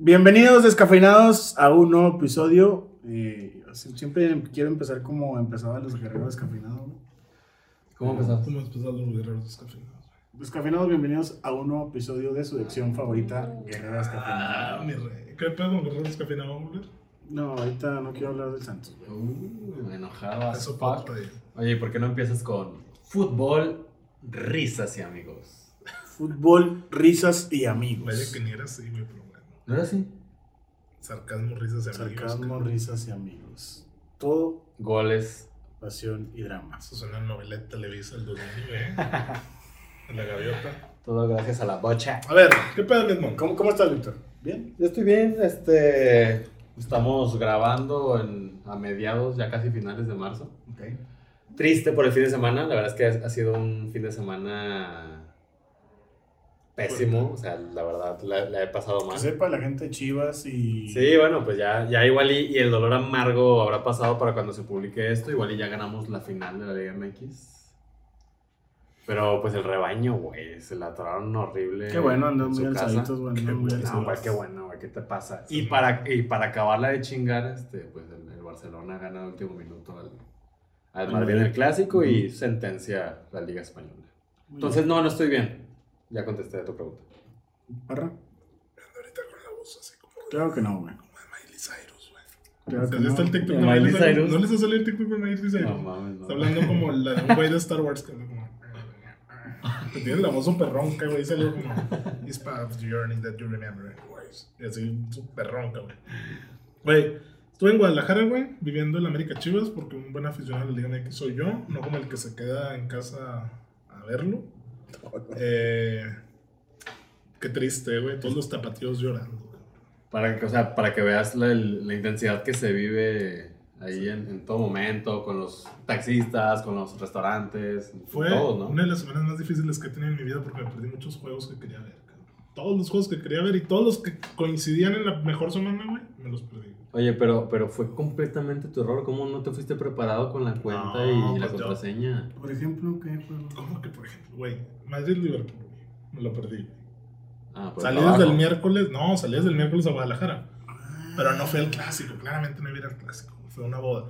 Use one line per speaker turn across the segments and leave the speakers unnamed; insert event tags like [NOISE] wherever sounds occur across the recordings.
Bienvenidos descafeinados a un nuevo episodio. Eh, siempre quiero empezar como empezaba los guerreros descafeinados. ¿no?
¿Cómo empezaste?
¿Cómo empezaron los guerreros descafeinados?
Descafeinados, bienvenidos a un nuevo episodio de su sección favorita, Guerreros
Ah,
Descafeinados.
mi rey. ¿Qué pedo con guerreros descafeinados, güey?
No, ahorita no quiero hablar del Santos. güey.
Uh, me
Ah,
enojaba. as
Eso
fuck.
falta de.
Oye, ¿por qué no empiezas con fútbol, risas y amigos?
Fútbol, risas y
Vaya
amigos.
que ni era así, güey, pero bueno.
¿No era así?
Sarcasmo, risas y amigos.
Sarcasmo,
cabrón.
risas y amigos. Todo,
Goles.
pasión y dramas.
Eso suena a novela de Televisa del 2000, güey. En [LAUGHS] la gaviota.
Todo gracias a la bocha.
A ver, ¿qué pedo, mismo?
¿Cómo, cómo estás, Víctor? ¿Bien?
Yo estoy bien, este. Estamos grabando en- a mediados, ya casi finales de marzo. Triste por el fin de semana, la verdad es que ha ha sido un fin de semana pésimo. O sea, la verdad, la, la he pasado mal.
Que sepa la gente de Chivas y...
Sí, bueno, pues ya, ya igual y, y el dolor amargo habrá pasado para cuando se publique esto. Igual y ya ganamos la final de la Liga MX. Pero pues el rebaño, güey, se la atoraron horrible.
Qué bueno, andan
en
muy
su casa.
alzaditos, güey.
Qué
andan muy
bueno.
alzaditos.
No, güey, qué bueno, güey, ¿qué te pasa? Y para, y para acabarla de chingar, este, pues el, el Barcelona gana el último minuto al, al Madrid en el Clásico y sentencia la Liga Española.
Muy
Entonces, no, no estoy bien. Ya contesté a tu pregunta.
bien. ¿Parra?
Ahorita con la voz así como de
Claro que no, güey.
Miley Cyrus, güey.
Claro que no.
¿Dónde está el TikTok?
¿De
¿No
Miley
les ha salido-
Cyrus?
¿No les ha salido el TikTok de Miley Cyrus?
No mames, no.
Está hablando como la de un güey de Star Wars que habla como. Que tiene la voz súper ronca, güey. Salió como. It's part of the journey that you remember. güey". Y así, súper ronca, güey. Güey, estuve en Guadalajara, güey, viviendo en la América Chivas, porque un buen aficionado de la Liga MX soy yo, no como el que se queda en casa a verlo. Eh, qué triste, güey. Todos los tapatíos llorando, güey.
Para que, o sea, para que veas la, la intensidad que se vive ahí en, en todo momento, con los taxistas, con los restaurantes,
Fue
todos, ¿no?
una de las semanas más difíciles que he tenido en mi vida porque me perdí muchos juegos que quería ver. cabrón. Todos los juegos que quería ver y todos los que coincidían en la mejor semana, güey, me los perdí.
Oye, pero, pero fue completamente tu error. ¿Cómo no te fuiste preparado con la cuenta
No,
y
pues
la
yo-
contraseña?
Por ejemplo, ¿qué juego?
¿Cómo que, por ejemplo, güey? Madrid-Liverpool, güey. Me lo perdí.
Ah, por el
salí
trabajo.
desde el miércoles, no, salí desde el miércoles a Guadalajara. Pero no fue el clásico, claramente no iba a ir al clásico, fue una boda.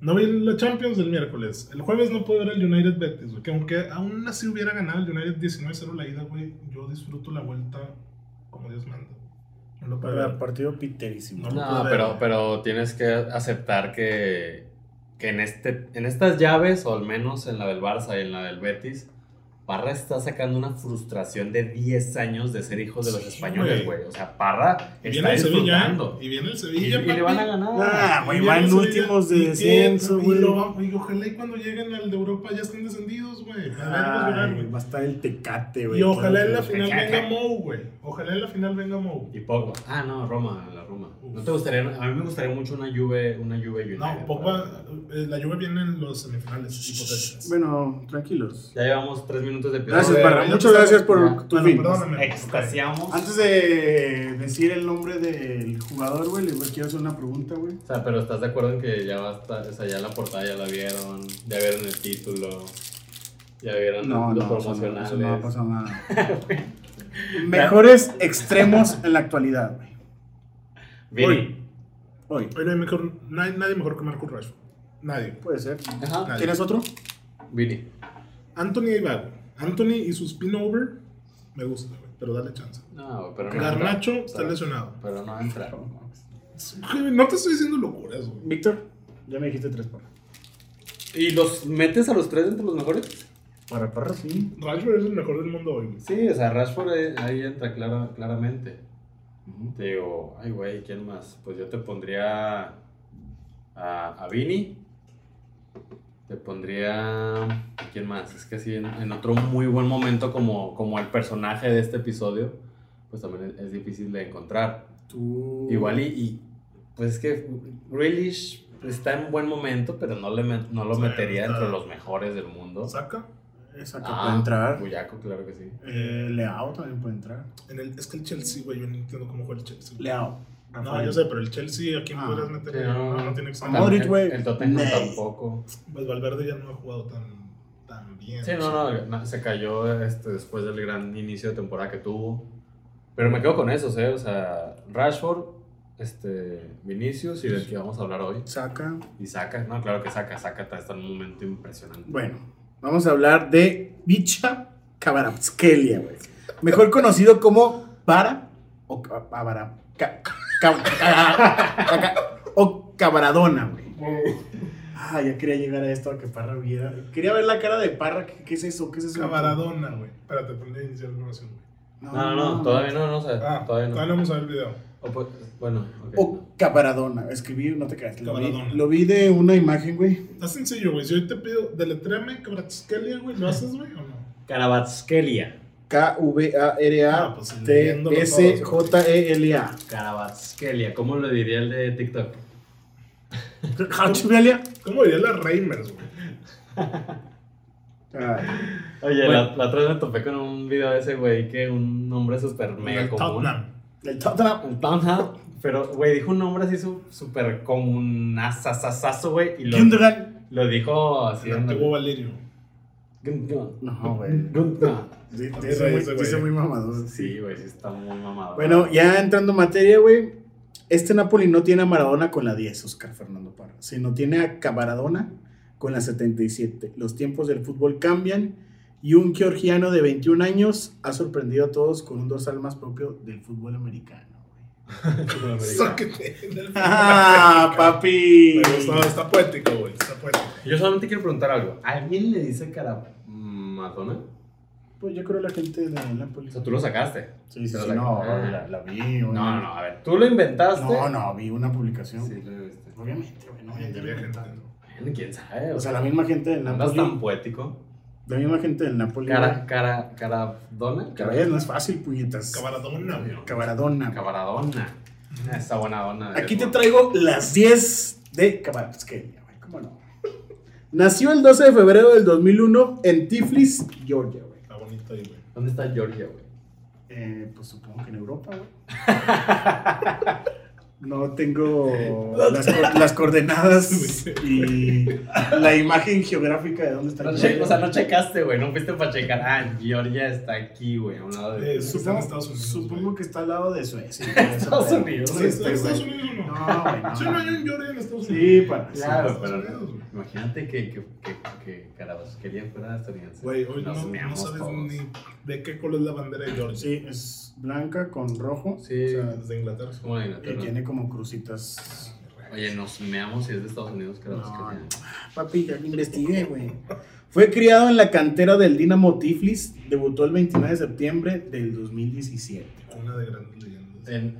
No vi la Champions el miércoles. El jueves no pude ver el United Betis, güey. Que aunque aún así hubiera ganado el United 19-0 la ida, güey, yo disfruto la vuelta como Dios manda. No lo puedo
Para
ver.
partido piterísimo.
No lo
No,
pude ver,
pero,
güey.
pero tienes que aceptar que, que en, este, en estas llaves, o al menos en la del Barça y en la del Betis, Parra está sacando una frustración de 10 años de ser hijo de los
Sí,
españoles,
güey.
güey. O sea, Parra está
Y viene el Sevilla. ¿eh?
disfrutando.
Y viene el
Y,
Sevilla.
y le van a ganar.
Ah, güey,
viene el
van
Sevilla,
últimos de
y que-
descenso,
y
güey.
lo va- Y ojalá y cuando lleguen al de Europa ya estén descendidos, güey. Para verlos
Ay,
llorar, güey.
va a estar el tecate, güey.
pues, Y ojalá en la
Claro que-
final venga Mou, güey. Ojalá en la final venga Mou.
Y Pogba. Ah, no, Roma, la Roma.
Uf.
¿No te gustaría? A mí me gustaría mucho una Juve, una Juve United.
No, Pogba, eh, la lluvia viene en los semifinales hipotéticas.
Bueno, tranquilos.
Ya llevamos tres minutos de episodio.
Gracias,
eh,
Parra.
ya
Muchas
te
gracias
sabes.
por
Ya.
tu
Bueno,
fin.
perdóname.
Extasiamos.
Antes de decir el nombre del jugador, güey, les quiero hacer una pregunta, güey.
O sea, pero ¿estás de acuerdo en que ya va a estar, o sea, ya la portada ya la vieron, ya vieron el título, ya vieron
No,
los
no, eso no,
promocionales?
eso
eh.
no ha pasado nada.
[LAUGHS]
Mejores extremos en la actualidad, güey.
Vini.
Hoy.
Hoy no hay mejor, no hay nadie mejor que Marcus Rashford. Nadie.
Puede ser.
Ajá.
Nadie.
¿Tienes otro?
Vini.
Anthony ahí va, güey. Anthony y su spin-over me gusta, güey. Pero dale chance.
No, pero no.
Garnacho
entra.
está
Pero-
lesionado.
Pero no entra.
Güey, No te estoy diciendo locuras, güey.
Víctor, ya me dijiste tres Parra.
¿Y los metes a los tres entre los mejores?
Para Parra, sí.
Rashford es el mejor del mundo hoy, güey.
Sí, o sea, Rashford ahí, ahí entra clara- claramente. Te digo, ay, güey, ¿quién más? Pues yo te pondría a, a Vini. Te pondría. ¿Quién más? Es que sí, en, en otro muy buen momento, como, como el personaje de este episodio, pues también es, es difícil de encontrar.
Tú.
Igual y, y, Pues es que Grealish está en buen momento, pero no, le, met- no lo
Sí,
metería
está-
entre los mejores del mundo.
Saca.
Esa que puede
Ah,
entrar.
Buyaco, claro que sí.
Eh, Leao también puede entrar.
En el, es que el Chelsea, güey, yo no entiendo cómo juega el Chelsea. güey.
Leao.
No, yo sé, pero el Chelsea, ¿a quién
Ah,
podrías meter?
sí, no,
no,
no.
no tiene examen.
Modric,
el-
güey.
El Tottenham
Nice.
tampoco.
Pues Valverde ya no ha jugado tan, tan bien.
Sí, no, no, no, se cayó este, después del gran inicio de temporada que tuvo. Pero me quedo con esos, ¿eh? O sea, Rashford, este, Vinicius y del que vamos a hablar hoy.
Saca.
Y Saca, no, claro que Saca, Saca está está en un momento impresionante.
Bueno, vamos a hablar de Bicha Kabarapskelia, güey. Mejor conocido como Para o Ca- Kabara- Ca- Ca- Ca- o Cabaradona, güey. Ah, ya quería llegar a esto a que Parra hubiera. Quería ver la cara de Parra. ¿Qué, qué es eso? ¿Qué es eso?
Camaradona, güey. Espérate, ponle iniciar la grabación, güey.
No, no, no, todavía no, no, o sea,
Ah,
todavía no.
vamos a ver el video.
O pues, bueno, ok.
O Cabaradona. Escribí, no te creas. Lo vi,
Cabaradona.
lo vi de una imagen, güey.
Está sencillo, güey. Si hoy te pido deletréame Cabratiscalia, güey, ¿lo haces, güey, o no?
Karabatskelia.
Ah, pues, E
[LAUGHS] K-V-A-R-A-T-S-J-E-L-A.
Karabatskelia. ¿Cómo lo diría el de TikTok?
Ah, Hachubelia.
¿Cómo diría la Reimers, güey?
Ah,
Oye,
Bueno.
la, la otra vez me topé con un video de ese güey que un nombre súper mega
El
común.
Tottenham.
El Tottenham.
El Tottenham, Pero, güey, dijo un nombre así su- súper común, asasasazo, güey. Y lo,
Gundogan.
lo dijo así.
El
en-
antiguo Valerio.
Gundogan.
No, güey.
Gundogan.
Sí,
Ah,
sí,
ese
muy-
güey.
sí, son muy mamador.
Sí, güey, sí está muy mamado.
Bueno, ya entrando en materia, güey. Este Napoli no tiene a Maradona con la 10, Oscar Fernando Parra, sino tiene a Cabaradona con la 77. Los tiempos del fútbol cambian y un georgiano de 21 años ha sorprendido a todos con un dorsal más propio del fútbol americano. güey.
[LAUGHS] Sóquete en el-
¡Ah, papi!
Me gustó, está poético, güey. Está poético.
Yo solamente quiero preguntar algo. ¿Alguien le dice cara Madonna?
Pues yo creo la gente de Napoli.
O sea, tú lo sacaste.
Sí, sí,
Pero
sí,
la-
no,
ah.
la, la vi.
No,
güey.
no, no, a ver. ¿Tú lo inventaste?
No, no, vi una publicación.
Sí, lo inventaste.
Obviamente, güey, no,
Gente,
gente
había gente.
inventando.
Bueno, ¿Quién sabe?
O sea, la misma gente del
andas
Napoli.
tan poético.
La misma gente del Napoli.
Cara, cara, cara, dona,
Que vayas no es fácil, puñetas.
Cabaradona, güey.
Cabaradona.
cabaradona. Esa buena dona.
Aquí te traigo las 10 de Cabaradosquelia, güey. ¿Cómo no? Nació el 12 de febrero del 2001 en Tiflis, Georgia, güey.
Está bonito ahí, güey.
¿Dónde está Georgia, güey?
Eh, pues supongo que en Europa, güey. No tengo las, co- las
[LAUGHS]
coordenadas y la imagen geográfica de dónde está
No che-
Georgia.
o sea, no checaste, güey. No fuiste para checar. Ah, Georgia está aquí, güey. A un lado de.
Eh, Está en Estados Unidos.
Supongo
güey.
que está al lado de Suecia.
[LAUGHS] Estados Unidos.
Sí,
Sí, está en
güey.
Estados Unidos,
No,
¿no?
güey, no.
Sí, no hay un Jordan en Estados
Sí, pues,
Unidos.
para.
Claro,
Estados
pero
Unidos, güey.
imagínate que, que, que, que Carabasquería fuera estadounidense.
Güey, hoy no,
Nos
no
meamos
sabes
todos.
ni de qué color es la bandera de Georgia.
Sí, es blanca con rojo.
Sí,
O sea, desde Inglaterra.
es como de
Y
Inglaterra.
tiene como crucitas.
Oye, nos meamos si es de Estados Unidos, Carabasquería.
No, Papi, ya lo investigué, güey. Fue criado en la cantera del Dinamo Tiflis. Debutó el 29 de septiembre del 2017.
Una de grandes leyendas.
En-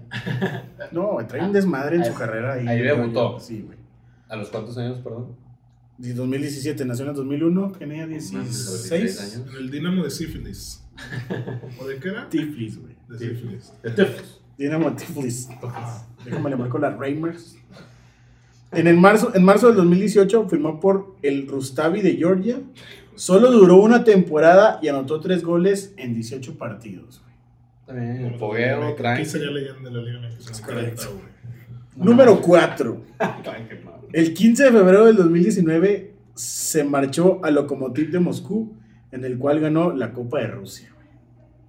No, güey, trae un desmadre en su
Ah, Ahí-
carrera. Ahí,
ahí debutó.
Sí, güey.
¿A los cuántos años, perdón?
De 2017, nació en el 2001. Tenía
Más de
16
años.
En el Dinamo de Sífilis. ¿O de qué era?
Tiflis, güey.
De Sífilis.
Dinamo Tiflis. Déjame le marco las Reimers. En, el marzo, en marzo del 2018 firmó por el Rustavi de Georgia. Solo duró una temporada y anotó tres goles en 18 partidos. güey.
También, el
Aquí
fogueo,
sería
tranqui.
leyenda de la Liga Mexicana.
Es correcto.
40, güey.
Número 4.
Tranqui, madre.
El 15 de febrero del 2019 se marchó a Lokomotiv de Moscú, en el cual ganó la Copa de Rusia. güey.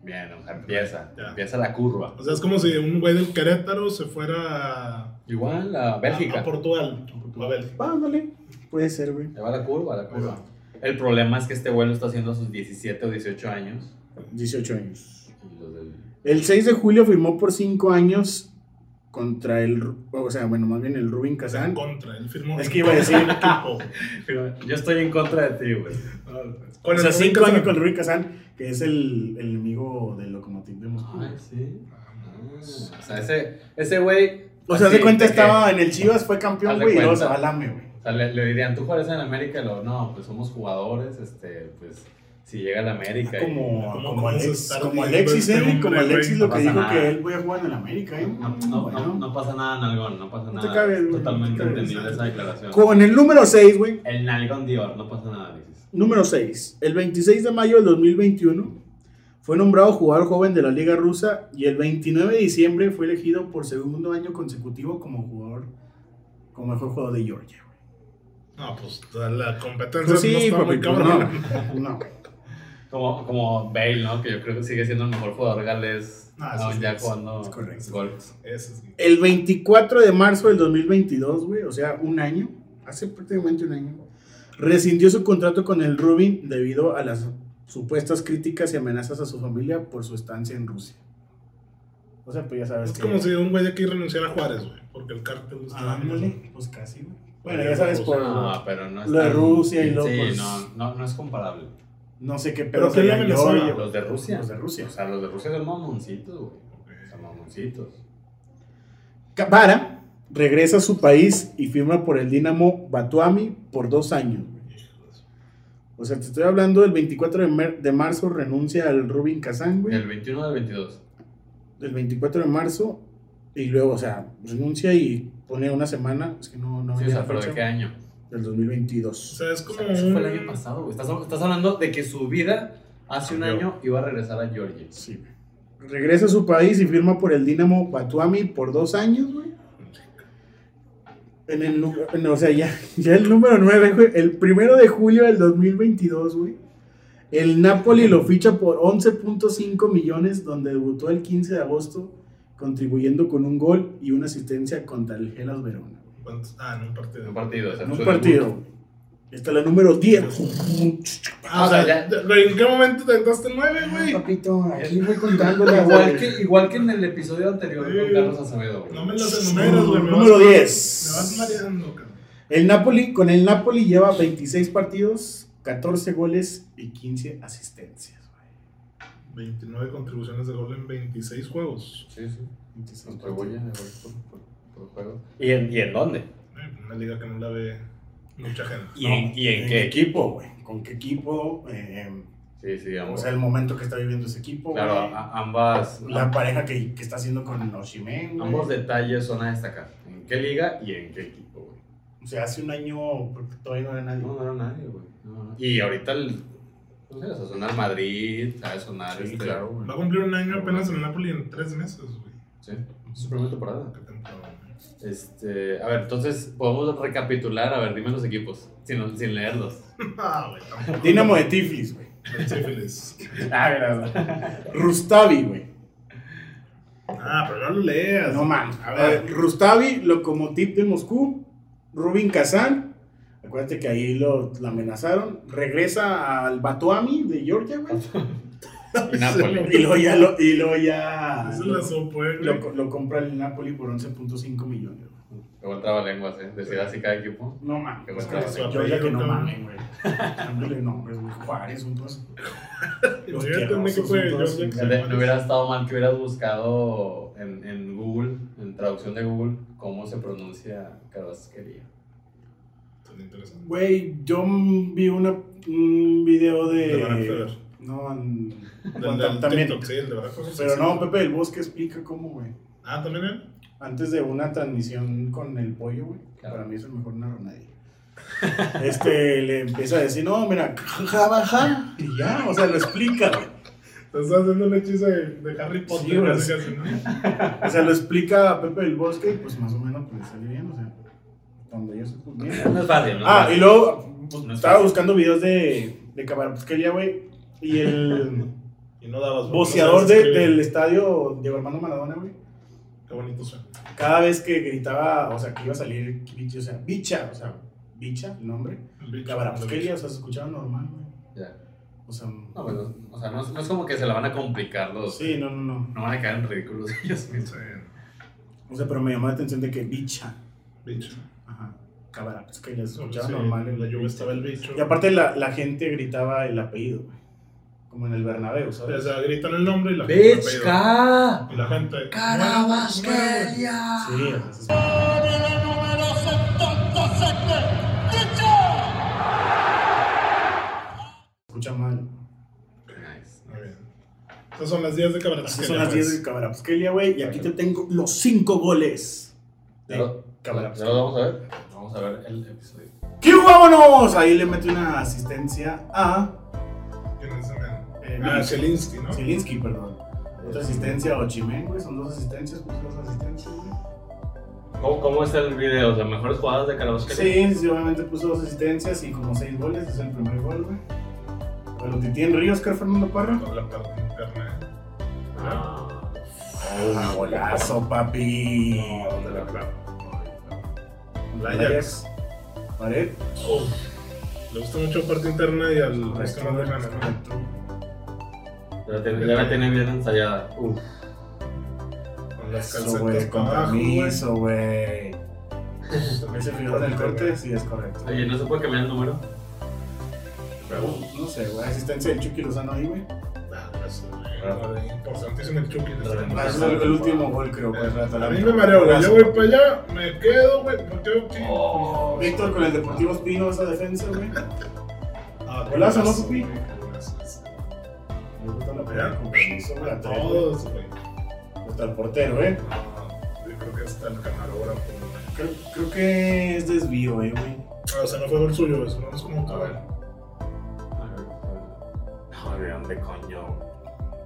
Bien, o sea, empieza.
Ya.
Empieza la curva.
O sea, es como si un güey del Querétaro se fuera a,
Igual a
a
Bélgica.
Portugal. o A Bélgica.
Ah, ándale. Puede ser, güey.
Ya va la curva, la curva. El problema es que este vuelo está haciendo a sus 17 o 18 años.
18 años.
Y los del-
El 6 de julio firmó por 5 años contra el, Ru- o sea, bueno, más bien el Rubin
O sea, en
Kazán.
contra. Él firmó.
Es que iba a decir-
en equipo.
Pero Yo estoy en contra de ti, güey.
[LAUGHS] Con
o sea,
el
cinco
Rubén
años con
Kazán.
Rubén Kazán, que es el, el enemigo del Lokomotiv de Moscú.
Ay, sí.
Vamos.
O sea, ese, ese güey.
o sea,
así,
de cuenta
que-
estaba en el Chivas, fue campeón,
Haz de
güey, y luego se
cuenta.
va al AME, güey.
O sea, le, le dirían, tú juegas en América, y lo, no, pues somos jugadores, este, pues si llega la América. y-
Como,
¿Cómo
como,
vas a
Alex,
estar
como
viendo
Alexis,
este
eh,
hombre,
como Alexis
güey?
lo
No
que
pasa
dijo
nada.
que él voy a jugar en el América, eh.
No, no,
Bueno.
no, no pasa nada, Nalgón, no pasa
No
nada.
te cagues, güey, no te
Totalmente
cagues.
entendible esa declaración.
Con el número 6, güey.
El Nalgón Dior, no pasa nada, Alexis.
Número 6. El 26 de mayo del 2021 fue nombrado jugador joven de la Liga Rusa y el 29 de diciembre fue elegido por segundo año consecutivo como jugador, como mejor jugador de Georgia. güey.
No, pues la competencia
Pues sí,
no está
papi,
muy
pues
cabrona.
no. No.
Como, como Bale, ¿no? Que yo creo que sigue siendo el mejor jugador galés.
Ah,
aún
sí, sí,
ya
sí,
jugando
es correcto.
golf.
Ese es mi-
El 24 de marzo del 2022, güey, o sea, un año, hace prácticamente un año, rescindió su contrato con el Rubin debido a las supuestas críticas y amenazas a su familia por su estancia en Rusia. O sea, pues ya sabes
Es
que...
como si un güey de aquí renunciara a Juárez, güey. Porque el cártel
Ah,
está.
Ándale, pues casi, güey. Bueno, ya sabes por...
No, pero no es.
Lo de
tan-
Rusia y luego,
Sí,
pues-
no, no, no es comparable.
No sé qué
Pero
pedo
¿quién le
traían yo,
amenazó?
güey.
Los de Rusia.
Los de Rusia.
O sea, los de Rusia son mamoncitos, güey. Son mamoncitos.
Vara regresa a su país y firma por el Dinamo Batuami por dos años. güey. O sea, te estoy hablando del 24 de, mer- de marzo renuncia al Rubin Kazan, güey.
Del 21 al 22.
Del 24 de marzo y luego, o sea, renuncia y pone una semana. Es que no, no
Sí, o
venía
sea,
la
pero ¿de
fecha.
qué año?
Del
O
2022.
sea, es
Ah, O
como.
sea, eso fue el
un-
año pasado, güey. Estás, estás hablando de que su vida hace un
Cambió.
año iba a regresar a Georgia.
Sí, güey. Regresa a su país y firma por el Dinamo Batuami por dos años, güey. En el, nu- en- o sea, ya, [LAUGHS] ya el número 9, güey. El primero de julio del 2022, güey. El Napoli lo ficha por 11.5 millones, donde debutó el 15 de agosto, contribuyendo con un gol y una asistencia contra el Hellas Verona.
¿Cuántos? Ah, en un partido.
En un partido. O sea,
En un
su
partido. Esta es la número 10.
Ah, o sea, ya- güey, ¿en qué momento te aventaste el 9, güey?
Papito, aquí voy contando
[LAUGHS] debut.
la
Igual que, igual que en el episodio anterior
Sí.
con Carlos Acevedo. güey.
No me los enumeras, güey. me vas-
Número
Me vas
10.
mareando, cabrón.
El Napoli, con el Napoli lleva 26 partidos, 14 goles y 15 asistencias. güey.
29 contribuciones de gol en 26 juegos.
Sí, sí.
26
Contra
partidos.
Goya, de golpe por, por- por juego. ¿Y en, ¿Y en dónde?
Eh, Una liga que no la ve mucha gente.
¿Y en, y en qué?
equipo, güey? ¿Con qué equipo? Eh,
Sí, sí,
o
ambos.
sea, el momento que está viviendo ese equipo.
claro, ah,
güey.
a- ambas.
La pareja que, que está haciendo con Oshimen. güey.
Ambos detalles son a destacar. ¿En qué liga y en qué equipo, güey?
O sea, hace un año porque todavía no era nadie.
No, no era nadie, güey. No, no. Y ahorita el. No sé, o sea, sonar Madrid, sabe sonar.
Sí,
este,
claro,
Va a
güey.
cumplir un año apenas en el Napoli en 3 meses, güey.
Sí, es su primera temporada.
Qué temporada, güey.
Este, a ver, entonces podemos recapitular, a ver, dime los equipos, sin,
[LAUGHS]
sin leerlos.
Ah, güey, tampoco.
Dinamo de Tiflis,
[LAUGHS]
güey.
El sífilis.
Ah, gracias. Rustavi, güey.
Ah, pero no lo leas.
No mames.
A ver.
Eh, Rustavi, Lokomotiv de Moscú, Rubin Kazan. Acuérdate que ahí lo, la amenazaron. Regresa al Batuami de Georgia, güey. [LAUGHS]
Y Napoli.
Y luego ya lo, y luego ya
Eso la
Ah, lo,
supo, güey.
lo- lo compra el Napoli por 11.5 millones. güey.
Igual lenguas, ¿eh? Decir así cada equipo.
No mames.
Qué
Es
bueno.
que Georgia que no mames, güey. Cámbiale nombres, güey. Juárez, un dos. Los
Imagínate un equipo de
tierrosos,
Georgia que
sí.
se
El de-
llama-
No hubiera estado mal que hubieras buscado en, en Google, en traducción de Google, cómo se pronuncia Carrasquería.
Tan interesante.
Güey, yo mm, vi una, un video de.
De Barack Feber.
No, en-
Del- del
también.
TikTok, sí, el de Barack Feber, sí,
Pero
sí.
no, Pepe del Bosque explica cómo, güey.
Ah, también él.
Antes de una transmisión con el pollo, güey.
Claro.
Para mí es el mejor narronadilla. [LAUGHS] Este le empieza a decir, no, mira, jabaja. Y ya, o sea, lo explica, güey.
Te estás haciendo un hechizo de, de Harry Potter.
Sí, güey.
casi, casi, ¿no?
O sea, lo explica a Pepe del Bosque y pues más o menos pues le sale bien, o sea. Donde yo sé, pues bien.
No es fácil, ¿no?
Ah, y luego pues,
No es
estaba
fácil.
buscando videos de, de cabarpusquería, güey. Y
[LAUGHS]
el
Y no dabas porque no
boceador
sabes
de-
escribir.
del estadio Diego Armando Maradona, güey.
Qué bonito suena.
Cada vez que gritaba, o sea, que iba a salir, bicho, o sea, bicha, o sea, bicha, el nombre.
El bicho,
Cabarapusquería, pues, o sea, se escuchaba normal, güey.
Ya.
O sea,
No, pues, no- o sea, no, es- no es como que se la van a complicar los.
sí, no, no, no.
No van a caer en ridículos [LAUGHS] ellos
Sí,
mismos.
sí,
O sea, pero me llamó la atención de que bicha.
bicho.
Ajá. Cámara, pues que les escuchaba
Sí,
normal.
en la lluvia estaba el
bicho.
bicho.
Y aparte la, la gente gritaba el apellido, güey. Como en el Bernabéu,
O
¿sabes?
sea, gritan el nombre y la gente.
¡Bitch,
apellido.
ca!
Y la gente.
¡Carabasquelia!
Sí, o sea, se escucha mal.
Nice.
Muy bien. Estas son las 10 de Cabaret.
Así son las 10 de Cabarapusquelia, güey. Y aquí te tengo los 5 goles de pues,
Pero- Ya
Cabarapusquelia.
lo vamos a ver. Vamos a ver el episodio.
¡Qué vámonos! Ahí le mete una asistencia a
¿Quién es ese man?
eh,
Ah, Zelinsky, ¿no? Pues
Zielinski, perdón. Otra asistencia a Ochimén, güey. Son dos asistencias, pues dos asistencias, güey.
¿Cómo, cómo está el video? ¿Las mejores jugadas de Carabasquelia?
Sí, sí, obviamente puso dos asistencias y como seis goles, es el primer gol, güey. Pero Titi en Río, Oscar Fernando Parra.
Hablan para internet.
Ah,
Ah, golazo, papi.
No, te la clavo. La Ajax.
Ajax. Pared.
Oh, Le gusta mucho parte interna y al
Resto
resto no
no.
le gana, ¿no?
Ya la tiene- ya la tiene bien ensayada.
Uf,
Con las
eso,
calcetas
güey.
para
Con
abajo, güey.
permiso, güey.
También
¿Ese
se
figura
fijó
del corte? Sí, es correcto.
Oye, ¿no se puede cambiar el número?
No sé, güey. Asistencia del Chucky Lozano ahí, güey.
Ah, pues, eh, Importantísimo el Chucky. les tengo.
Ah, es el, el último gol, creo. contra
Eh, A
Atalanta.
mí me mareo, güey. Yo
Golazo.
voy para allá, me quedo, güey. Volteo, sí.
Oh,
Víctor con el Deportivo Espino, esa defensa, güey.
Ah,
Golazo, ¿no, Pupi?
güey, golazo, sí.
Me gusta la pelea con permiso, güey.
A
atrás, güey.
todos, güey.
Hasta el portero, eh.
Ah, Yo creo que hasta el camarógrafo. güey.
Creo, creo que es desvío, eh, güey.
Ah, o sea, no fue el suyo, eso no es como
A ver.
cabal.
A ver, ¿dónde coño?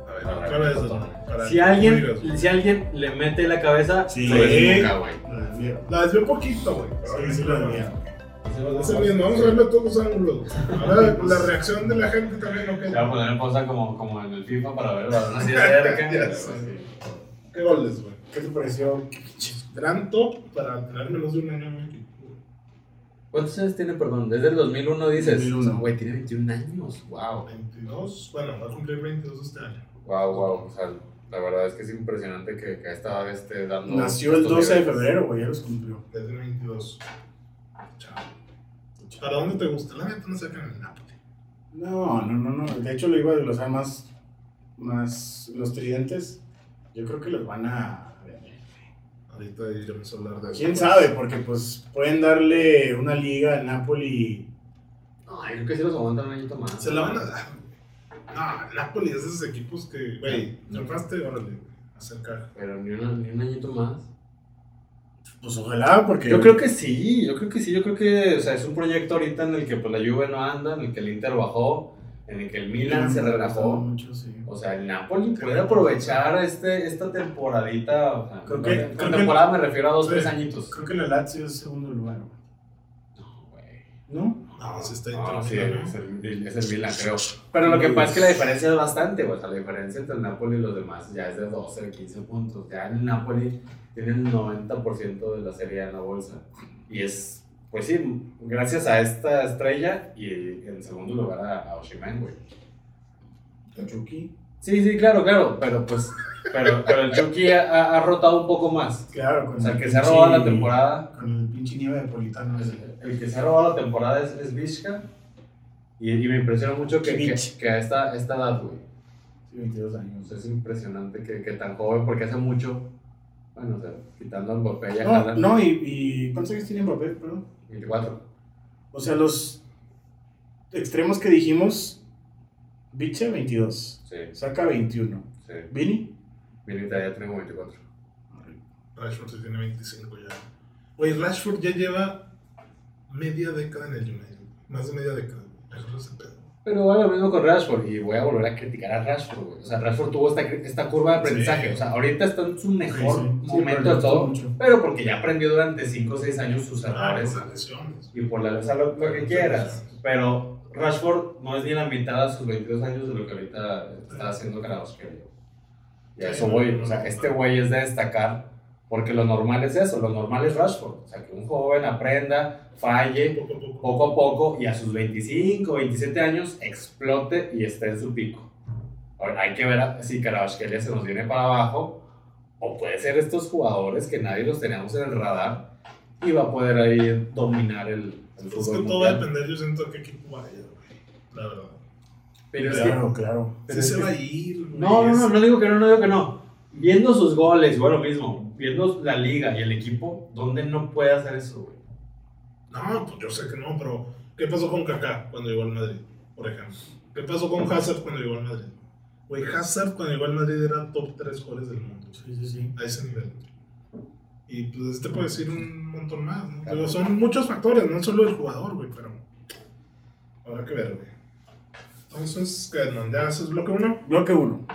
A ver, otra vez. ¿no? Para
Si
que
alguien,
digas, güey.
si alguien le mete la cabeza,
Sí.
No es nunca, güey.
Lo desvío.
La desvió un poquito, güey. pero
Sí,
ahí
sí,
la
lo
ganó.
desvío.
Ese mismo, vamos a verlo a todos los ángulos. Ahora la reacción de la gente también, ¿no?
Te
¿Qué,
voy a poner en pausa como, como en el FIFA para ver el balón así de
Ya
cerca.
sé. qué goles, güey?
¿Qué te pareció?
Gran top para tener menos de un año, güey.
¿Cuántos años tiene, perdón? Desde el 2001 dices.
2001.
Güey, tiene 21 años. Wow.
22, bueno, va a cumplir 22 este año.
Wow, wow. O sea, la verdad es que es impresionante que, que a esta vez esté dando.
Nació el
pues, estos
12 de
niveles.
febrero, güey. Ya los cumplió.
Desde 22. Chao. ¿Para dónde te gusta? La neta no sacan el Napoli.
No, no, no, no. De hecho, lo iba a desglosar más, más los tridentes. Yo creo que los van a.
Ahorita yo me a hablar de eso.
Quién sabe, porque pues pueden darle una liga al Napoli.
Ay, creo que sí los aguantan un añito más.
Se la van a dar. No, el Napoli es de esos equipos que, güey, triunfaste, órale, acerca.
Pero ni, una- ni un añito más.
Pues ojalá, porque.
Yo creo que sí, yo creo que sí, yo creo que o sea, es un proyecto ahorita en el que pues, la Juve no anda, en el que el Inter bajó, en el que el Milan se relajó.
Mm, Mucho, sí.
O sea, el Napoli puede aprovechar este, esta temporadita. O sea,
Creo
con-
que-
con
creo que-
temporada me refiero a dos,
Sí.
tres añitos.
Creo que la Lazio es segundo lugar, güey.
No, güey.
¿no?
No, sí está
No, sí,
interminable.
es el, es el Milan, creo. Pero lo que pasa es que la diferencia es bastante, güey. O sea, la diferencia entre el Napoli y los demás ya es de 12 o 15 puntos. Ya el Napoli tiene el 90% de la serie en la bolsa. Y es, pues sí, gracias a esta estrella y en segundo lugar a, a Osimhen, güey.
Chucky.
Sí, sí, claro, claro. Pero pues, pero, pero el Chucky ha, ha- ha rotado un poco más.
Claro, con
O sea, el que
el
se ha robado la
pinche-
temporada
Con el pinche nieve de Politano.
El- Pues, El que se ha robado la temporada es, es Vizca. Y, y me impresiona mucho que, que,
Kimmich.
que a esta, esta edad, güey.
Sí, 22
O
años.
sea, es impresionante que, que tan joven, porque hace mucho. Bueno, o sea, quitando a Mbappé ya
No,
jalan
no y, y. ¿Cuántos años tiene Mbappé? Perdón.
24.
O sea, los extremos que dijimos. Biche 22.
Sí,
Saca 21.
sí.
Vini.
Milita ya tengo 24.
Rashford se tiene 25 ya. Güey, Rashford ya lleva media década en el United. Más de media década. güey. Eso no es el pedo.
Pero va lo mismo con Rashford. Y voy a volver a criticar a Rashford, güey. O sea, Rashford tuvo esta, cri- esta curva de aprendizaje.
Sí.
O sea, ahorita está en su mejor
Sí, sí. Sí,
momento
pero
de todo.
mucho. Ah,
Pero porque ya aprendió durante 5 o 6 años sus errores.
esas Ah, lesiones.
y por la o sea, lo, lo que quieras. Pero Rashford no es ni la mitad de sus 22 años de lo que ahorita está haciendo Kravoskelia. Y a eso voy. O sea, este güey es de destacar porque lo normal es eso, lo normal es Rashford. O sea, que un joven aprenda, falle
Poco a poco.
poco a poco y a sus 25, 27 años explote y esté en su pico. Ahora, hay que ver a- si Kravaskelia se nos viene para abajo o puede ser estos jugadores que nadie los teníamos en el radar y va a poder ahí dominar el, el
Es que
fútbol
todo va a
mundial.
depender, yo siento, a qué equipo vaya, güey. La verdad.
Pero es que-
Claro, claro.
pero
Sí
es
se
que-
va a ir, güey.
no, no, no,
Es-
no digo que no, no digo que no. Viendo sus goles, bueno, mismo, viendo la liga y el equipo, ¿dónde no puede hacer eso, güey?
No, pues yo sé que no, pero ¿qué pasó con Kaká cuando llegó al Madrid? Por ejemplo. ¿Qué pasó con Hazard cuando llegó al Madrid? Güey, Hazard cuando llegó al Madrid era top 3 jugadores del mundo.
Sí, sí, sí.
a ese nivel. Y pues este puede decir un montón más, ¿no? Digo, son muchos factores, no solo el jugador, güey, pero habrá que ver, güey. Entonces, ¿qué, no? ¿Ya haces bloque uno?
Bloque 1.